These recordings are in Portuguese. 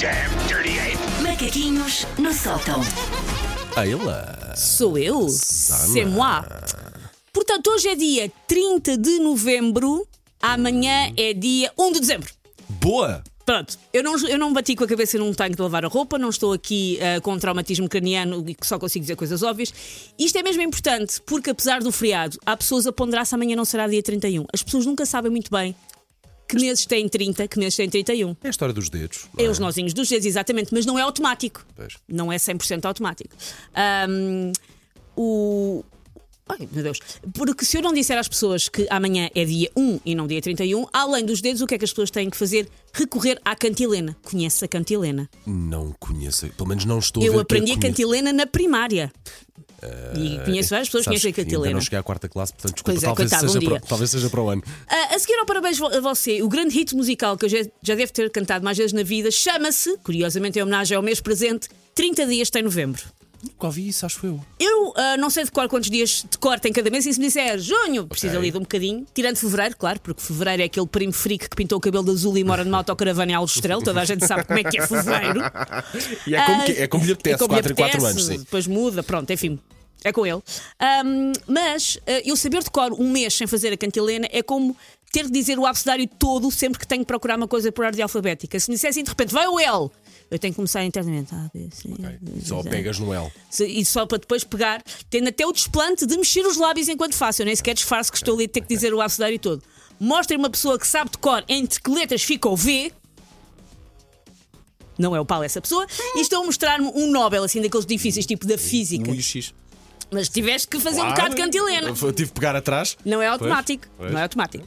damn dirty ape! Macaquinhos no sótão. Ayla. Sou eu, c'est moi. Portanto, hoje é dia 30 de novembro, amanhã é dia 1 de dezembro. Boa! Pronto, eu não, eu não bati com a cabeça num tanque de lavar a roupa, não estou aqui ah, com traumatismo craniano e que só consigo dizer coisas óbvias. Isto é mesmo importante porque, apesar do feriado, há pessoas a ponderar se amanhã não será dia 31. As pessoas nunca sabem muito bem que meses têm 30, que meses têm 31. É a história dos dedos. não É os nozinhos dos dedos, exatamente, mas não é automático. Pois. Não é 100% automático. Ahm, o. Ai, meu Deus. Porque se eu não disser às pessoas que amanhã é dia 1 e não dia 31, além dos dedos, o que é que as pessoas têm que fazer? Recorrer à cantilena. Conhece a cantilena? Não conheço. Pelo menos não estou a eu ver aprendi quem a é conhece. Eh, cantilena na primária. e conheço várias pessoas que Sabes conhecem a que ainda cantilena. não cheguei à quarta classe, portanto, desculpa, Pois é, talvez, coitado, seja um para, dia. talvez seja para o ano. Ah, a seguir ao parabéns vo- a você, o grande hit musical que eu já já devo ter cantado mais vezes na vida chama-se, curiosamente em homenagem ao mês presente, 30 dias tem novembro. Nunca ouvi isso, acho eu. Eu ah, não sei de cor quantos dias de cor tem cada mês, e se me disser junho, precisa ali de um bocadinho. Tirando fevereiro, claro, porque fevereiro é aquele primo freak que pintou o cabelo de azul e mora numa autocaravana em Aljustrel, toda a gente sabe como é que é fevereiro. E é como, Ah, que, é como lhe apetece, é como lhe 4 em 4 anos, apetece, Hum, sim. Depois muda, pronto, enfim. É com ele. Ahm, mas ah, eu saber de cor um mês sem fazer a cantilena é como ter de dizer o abecedário todo sempre que tenho que procurar uma coisa por ordem alfabética. Se me dissessem de repente, vai o L, eu tenho que começar internamente. A, B, C, D, Só Z. pegas no L. Se- E só para depois pegar, tendo até o desplante de mexer os lábios enquanto faço. Eu nem sequer disfarço que estou ali a ter que dizer o abecedário todo. Mostrem uma pessoa que sabe de cor entre que letras fica o V. Não é o pau essa pessoa. E estão a mostrar-me um Nobel, assim, daqueles difíceis, tipo da física. O e o X. Mas tiveste que fazer um bocado de cantilena. Eu tive que pegar atrás. Não é automático. Pois, pois. Não é automático.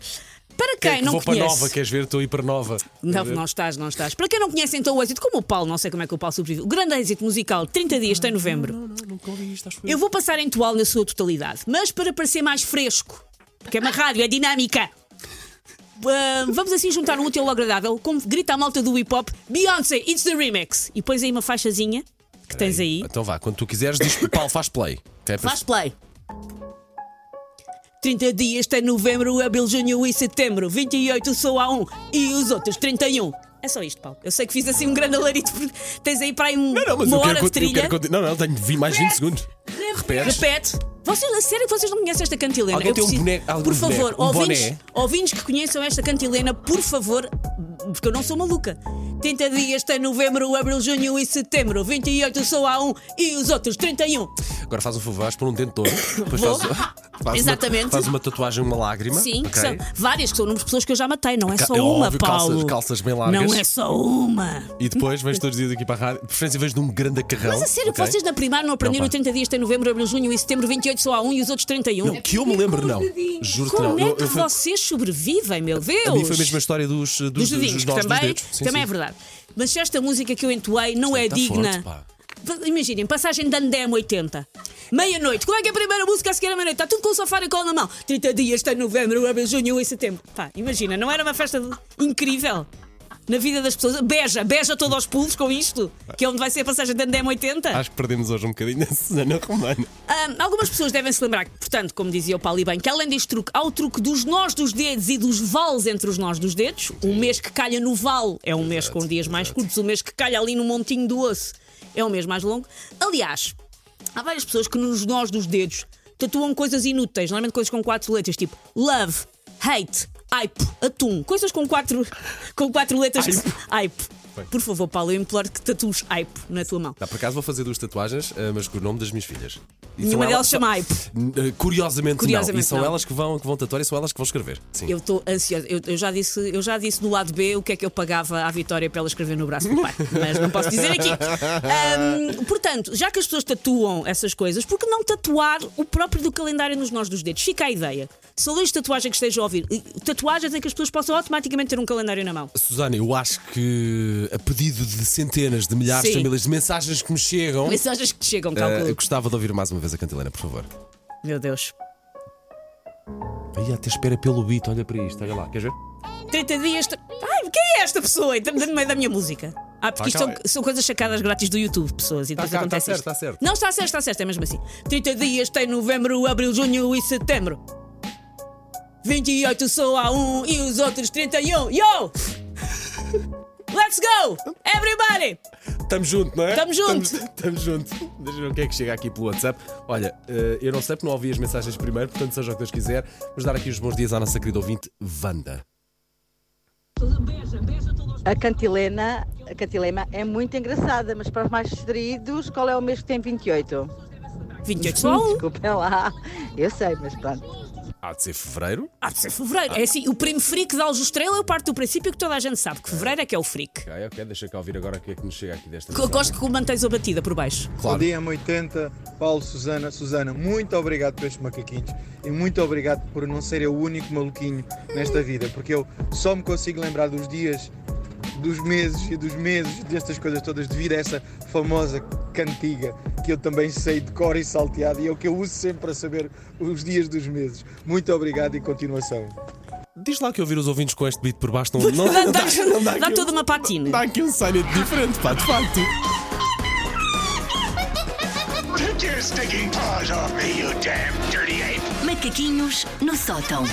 Para É quem que não vou conhece. para nova, queres ver? Estou a ir para nova. Eh, Não, não estás, não estás. Para quem não conhece então o êxito, como o Paulo, não sei como é que o Paulo sobrevive, o grande êxito musical, 30 dias, tem novembro. Não, não, nunca ouvi isto, acho Eu vou passar em toal na sua totalidade, mas para parecer mais fresco, porque é uma rádio, é dinâmica. Ah, vamos assim juntar um útil ao agradável, como grita a malta do hip hop, Beyoncé, it's the remix. E pões aí uma faixazinha que tens aí. Então vá, quando tu quiseres, diz Paulo, faz play. Que é para- Faz play. 30 dias tem novembro, abril, junho e setembro. 28 só há um e os outros 31. É só isto, Paulo. Eu sei que fiz assim um grande alarido porque tens aí para aí um, Não, não, mas uma eu hora quero, de conti- eu trilha. quero conti- Não, não, tenho vi mais 20 segundos. Repetes. Repete. Vocês, a sério, que vocês não conhecem esta cantilena? Alguém Eu tem um boneco- algum por favor, boneco, um ouvintes, boné? ouvintes que conheçam esta cantilena, por favor, porque eu não sou maluca. 30 dias tem novembro, abril, junho e setembro. 28 só há um e os outros 31. Agora faz um favor, vais por um dentor. Depois Vou. faz, faz Exatamente. Uma, faz uma tatuagem, uma lágrima. Sim, Hum, que ok? são várias, que são o número de pessoas que eu já matei, não é Ca- só é uma, óbvio, calças- Paulo. calças bem largas. Não é só uma. E depois vens todos os dias aqui para a rádio. De preferência, vens de um grande acarrão. Mas a sério, que ok? vocês na primária não aprenderam Não, pá. 30 dias tem novembro, abril, junho e setembro, 28 só há um e os outros 31? Não, que eu me lembro, não. Juro-te não. é Como é Eu- que eu fui- vocês sobrevivem, meu Deus? A mim foi a mesma história dos, dos, dos dedinhos, que nós dos também, dedos. Sim, também é sim. verdade. Mas se esta música que eu entoei não é tá digna. forte, pá. V- Imaginem, passagem de Andem 80. Meia-noite, qual é que é a primeira música a seguir à meia-noite? Está tudo com o sofá e cola na mão. 30 dias, está em novembro, abril, junho e setembro. Pá, imagina, não era uma festa de- incrível? Na vida das pessoas. Beja, beja todos aos pulos com isto, que é onde vai ser a passagem de Andem 80. Acho que perdemos hoje um bocadinho a Susana Romana. Ahm, algumas pessoas devem se lembrar, que, portanto, como dizia o Paulo e bem, que além deste truque, há o truque dos nós dos dedos e dos vales entre os nós dos dedos. Um mês que calha no vale é um mês com dias mais curtos, um mês que calha ali no montinho do osso é um mês mais longo. Aliás, há várias pessoas que nos nós dos dedos tatuam coisas inúteis, normalmente coisas com quatro letras, tipo love, hate, aipo, atum, coisas com quatro, com quatro letras. Aipo. Aipo. Por favor, Paulo, eu imploro que tatues aipo na tua mão. Tá, por acaso vou fazer duas tatuagens, eh, mas com o nome das minhas filhas. E são Nenhuma delas elas- chama aipo. Eh, Curiosamente, não. E Curiosamente, são não. elas que vão, que vão tatuar e são elas que vão escrever. Sim. Eu estou ansiosa. Eu, eu já disse, eu já disse do lado B o que é que eu pagava à Vitória para ela escrever no braço do pai. Mas não posso dizer aqui. Ahm, portanto, já que as pessoas tatuam essas coisas, por que não tatuar o próprio do calendário nos nós dos dedos? Fica a ideia. Salões de tatuagem que estejam a ouvir, e tatuagens em que as pessoas possam automaticamente ter um calendário na mão. Susana, eu acho que a pedido de centenas, de milhares, Sim. de milhares de mensagens que me chegam, Mensagens que te chegam, eh, calculo. eu gostava de ouvir mais uma vez a cantilena, por favor. Meu Deus. Aí até espera pelo beat, olha para isto, olha lá, queres ver? 30 dias. t- Ai, quem é esta pessoa? Entra no meio da minha música. Ah, Tá porque isto cá, são, é. são coisas sacadas grátis do YouTube, pessoas. E Tá depois cá, acontece tá certo, isto. tá certo. Não, está certo, está certo, é mesmo assim. 30 dias tem novembro, abril, junho e setembro. 28 só há um e os outros 31. Yo! um. Let's go! Everybody! Estamos junto, não é? Tamo junto. Estamos junto. Deixa eu ver o que é que chega aqui pelo WhatsApp. Olha, eh, eu não sei porque não ouvi as mensagens primeiro, portanto, seja o que Deus quiser, vamos dar aqui os bons dias à nossa querida ouvinte, Wanda. A cantilena, a cantilema é muito engraçada, mas para os mais distraídos, qual é o mês que tem 28? 28 Sol, Desculpem lá, eu sei, mas pronto. Há de ser fevereiro. há de ser fevereiro. É assim, o primo freak de Aljustrela, eu parto do princípio que toda a gente sabe que fevereiro é que é o freak. Ok, ok, deixa cá ouvir agora o que é que nos chega aqui desta Eu gosto que o mantens a batida por baixo. Bom dia, 80 Paulo, Susana. Susana, muito obrigado por estes macaquinhos e muito obrigado por não ser eu o único maluquinho nesta vida, porque eu só me consigo lembrar dos dias, dos meses e dos meses destas coisas todas devido a essa famosa cantiga que eu também sei de cor e salteado e é o que eu uso sempre para saber os dias dos meses. Muito obrigado e continuação. Diz lá que ouvir os ouvintes com este beat por baixo não, não, Dá, não dá, não dá dá aqui um- toda uma patina. Dá aqui um silent diferente, pá, de facto. Take your stinking paws off me, you damn dirty ape! Macaquinhos no sótão.